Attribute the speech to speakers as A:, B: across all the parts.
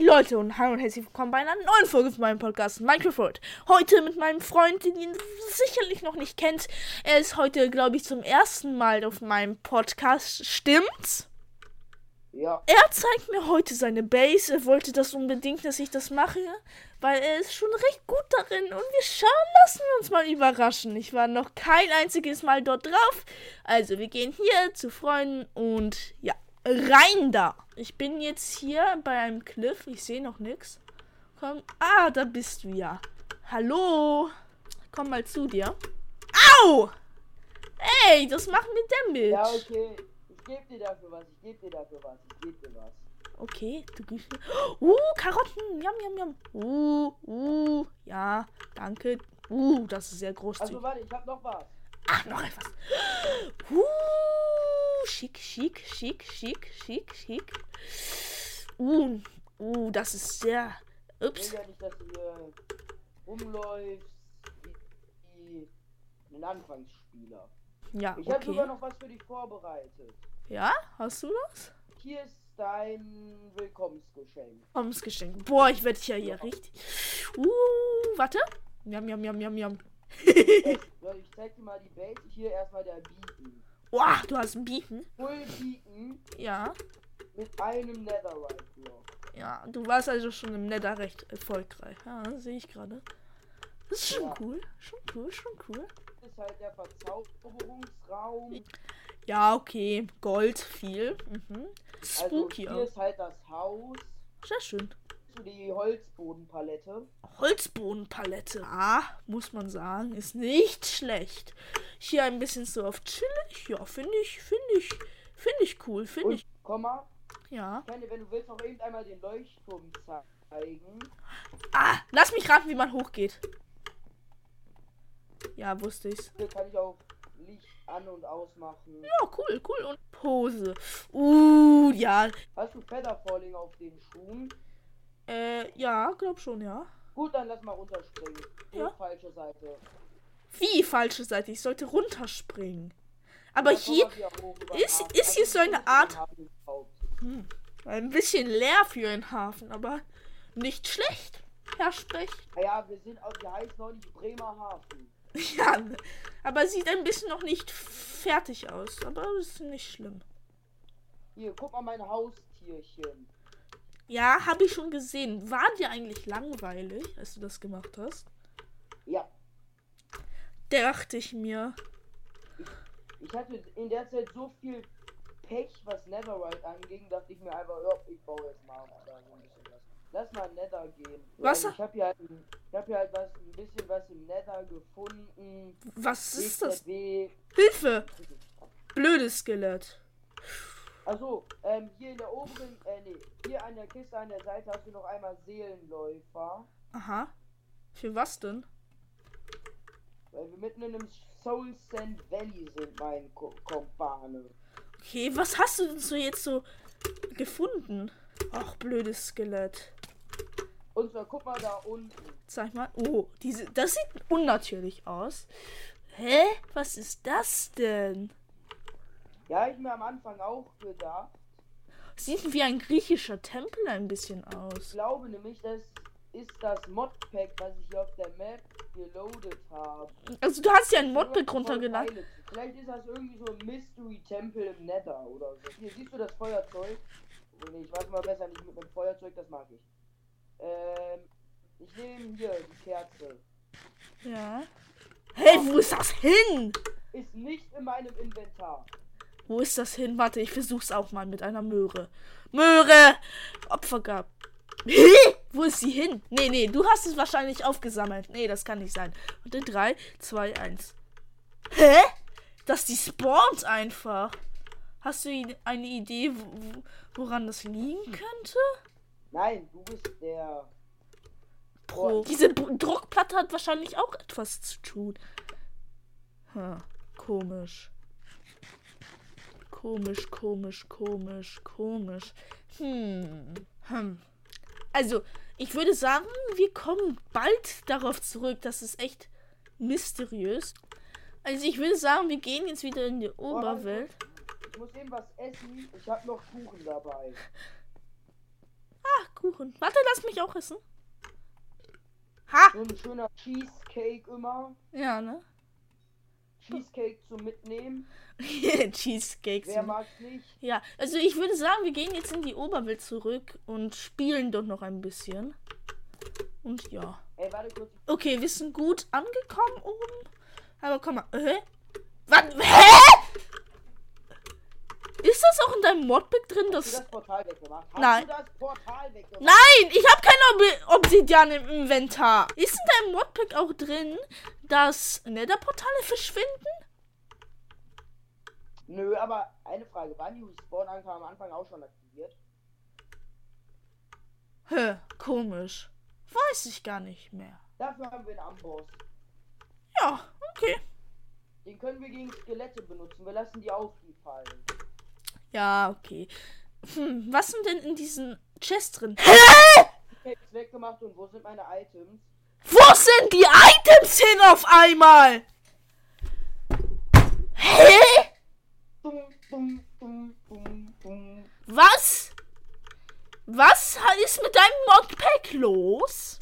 A: Leute und hallo und herzlich willkommen bei einer neuen Folge von meinem Podcast Minecraft World. Heute mit meinem Freund, den ihr sicherlich noch nicht kennt. Er ist heute, glaube ich, zum ersten Mal auf meinem Podcast. Stimmt's?
B: Ja,
A: Er zeigt mir heute seine Base. Er wollte das unbedingt, dass ich das mache, weil er ist schon recht gut darin. Und wir schauen, lassen wir uns mal überraschen. Ich war noch kein einziges Mal dort drauf. Also, wir gehen hier zu Freunden und ja, rein da. Ich bin jetzt hier bei einem Cliff. Ich sehe noch nichts. Komm. Ah, da bist du ja. Hallo. Komm mal zu dir. Au! Ey, das macht mir Damage.
B: ja, okay. Ich geb dir dafür was, ich geb dir dafür was, ich geb dir was.
A: Okay, du gibst mir. Uh, Karotten. Yum, yum, yum. Uh, uh. Ja, danke. Uh, das ist sehr großzügig.
B: Also warte, ich hab noch was.
A: Ach, noch etwas. Uh, schick, schick, schick, schick, schick, schick. Uh, uh, das ist sehr.
B: Ich
A: Ups.
B: will ja nicht, dass du hier rumläufst wie, wie ein Anfangsspieler.
A: Ja,
B: Ich hab sogar
A: okay.
B: noch was für dich vorbereitet.
A: Ja, hast du das?
B: Hier ist dein Willkommensgeschenk.
A: Kommensgeschenk. Boah, ich werde ja hier richtig. Uh, warte. Yum, yum, yum, yum, yum.
B: So, Ich zeig dir mal die Base. Hier erstmal der Beacon.
A: Boah, du hast einen Beacon.
B: Full Beacon
A: Ja.
B: mit einem Netherite Block.
A: Ja, du warst also schon im Nether recht erfolgreich. Ja, sehe ich gerade. Das ist schon
B: Ja.
A: cool. Schon cool, schon cool.
B: Das ist halt der Verzauberungsraum.
A: Ja, okay. Gold, viel. Mhm.
B: Also
A: Spooky
B: hier
A: auch.
B: ist halt das Haus.
A: Sehr schön.
B: So die Holzbodenpalette.
A: Holzbodenpalette. Ah, muss man sagen. Ist nicht schlecht. Hier ein bisschen so auf chillig. Ja, finde ich, finde ich, finde ich cool. Finde
B: Und
A: ich.
B: Komma,
A: Ja.
B: ich kann dir, wenn du willst, noch eben einmal den Leuchtturm zeigen.
A: Ah, lass mich raten, wie man hochgeht. Ja, wusste ich's.
B: Hier kann ich auch Licht an- und ausmachen.
A: Ja, cool, cool. Und Pose. Uh, ja.
B: Hast du Featherfalling auf den Schuhen?
A: Äh, ja, glaub schon, ja.
B: Gut, dann lass mal runterspringen.
A: Ja.
B: Ja. Falsche Seite.
A: Wie falsche Seite? Ich sollte runterspringen. Aber
B: Ja, komm
A: hier
B: mal wieder hoch über
A: ist-
B: den Hafen.
A: ist hier
B: Also,
A: so eine
B: über den
A: Art-
B: Hafen überhaupt.
A: ein bisschen leer für einen Hafen, aber nicht schlecht. Herr Specht.
B: Naja, Ah wir sind auch, wir heißen noch nicht Bremerhaven.
A: Ja, ne. aber sieht ein bisschen noch nicht fertig aus. Aber ist nicht schlimm.
B: Hier, guck mal mein Haustierchen.
A: Ja, habe ich schon gesehen. War dir eigentlich langweilig, als du das gemacht hast?
B: Ja,
A: Dachte ich mir.
B: Ich hatte in der Zeit so viel Pech, was Netherite anging, dachte ich mir einfach, ja, ich baue jetzt mal da so ein bisschen was. Lass mal Nether gehen.
A: Was?
B: Ich habe hier halt, ein- ich hab hier halt was, ein bisschen was im Nether gefunden.
A: Was ist
B: Nächster
A: das?
B: Weg.
A: Hilfe! Blödes Skelett.
B: Also, ähm, hier in der oberen, äh, nee, hier an der Kiste an der Seite hast du noch einmal Seelenläufer.
A: Aha. Für was denn?
B: Weil wir mitten in einem Soul Sand Valley sind, mein Ko Kompane.
A: Okay, was hast du denn so jetzt so gefunden? Ach, blödes Skelett.
B: Und zwar, guck mal da unten.
A: Sag mal. Oh, diese. Das sieht unnatürlich aus. Hä? Was ist das denn?
B: Ja, ich mir am Anfang auch gedacht.
A: Sieht wie ein griechischer Tempel ein bisschen
B: Ich
A: aus.
B: glaube nämlich, das ist das Modpack, was ich hier auf der Map geloadet habe.
A: Also du hast ja ein
B: Nur
A: Modpack
B: voll
A: runtergeladen.
B: Teile. Vielleicht ist das irgendwie so ein Mystery-Tempel im Nether oder so. Hier, siehst du das Feuerzeug? Oh, Nee, ich weiß mal besser nicht mit dem Feuerzeug, das mag ich. Ähm, ich nehme hier die Kerze.
A: Ja. Hey, wo ist das hin?
B: Ist nicht in meinem Inventar.
A: Wo ist das hin? Warte, ich versuch's auch mal mit einer Möhre. Möhre! Opfer gab. Hä? Wo ist sie hin? Nee, nee, du hast es wahrscheinlich aufgesammelt. Nee, das kann nicht sein. Und in 3, 2, 1. Hä? Dass die spawnt einfach. Hast du i- eine Idee, wo- wo- woran das liegen könnte?
B: Nein, du bist der.
A: Pro.
B: Oh.
A: Diese B Druckplatte hat wahrscheinlich auch etwas zu tun. Hm, komisch. Komisch, komisch, komisch, komisch. Hm. hm. Also, ich würde sagen, wir kommen bald darauf zurück. Das ist echt mysteriös. Also, ich würde sagen, wir gehen jetzt wieder in die
B: Oh, warte,
A: Oberwelt.
B: Ich muss eben was essen. Ich habe noch Kuchen dabei.
A: Ach, Kuchen. Warte, lass mich auch essen. Ha!
B: So ein schöner Cheesecake immer.
A: Ja, ne?
B: Cheesecake zum Mitnehmen.
A: Cheesecakes.
B: Wer mag's nicht?
A: Ja, also ich würde sagen, wir gehen jetzt in die Oberwelt zurück und spielen dort noch ein bisschen. Und ja.
B: Ey, warte kurz.
A: Okay, wir sind gut angekommen oben. Aber komm mal. Hä? Was? Hä? Ist das auch in deinem Modpack drin?
B: Hast du
A: Das
B: das Portal weggemacht? Hast
A: Nein.
B: du das Portal weggemacht?
A: Nein, ich habe keine Ob Obsidian im Inventar. Ist in deinem Modpack auch drin, dass Netherportale verschwinden?
B: Nö, aber eine Frage. Waren die Respawn-Anker am Anfang auch schon aktiviert?
A: Hä, komisch. Weiß ich gar nicht mehr.
B: Dafür haben wir einen Amboss.
A: Ja, okay.
B: Den können wir gegen Skelette benutzen. Wir lassen die auf die fallen.
A: Ja, okay. Hm, was sind denn in diesen Chests drin?
B: Cheesecake weggemacht und wo sind meine Items?
A: Wo sind die Items hin auf einmal? Hä?
B: Dum, dum, dum, dum, dum.
A: Was? Was ha- ist mit deinem Modpack los?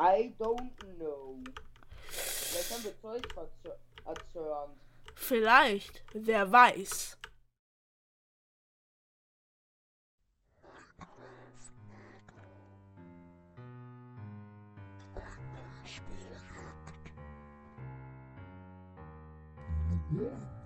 B: I don't know. Vielleicht haben wir Zeug verzö- erzürnt.
A: Vielleicht, wer weiß.
C: Yeah.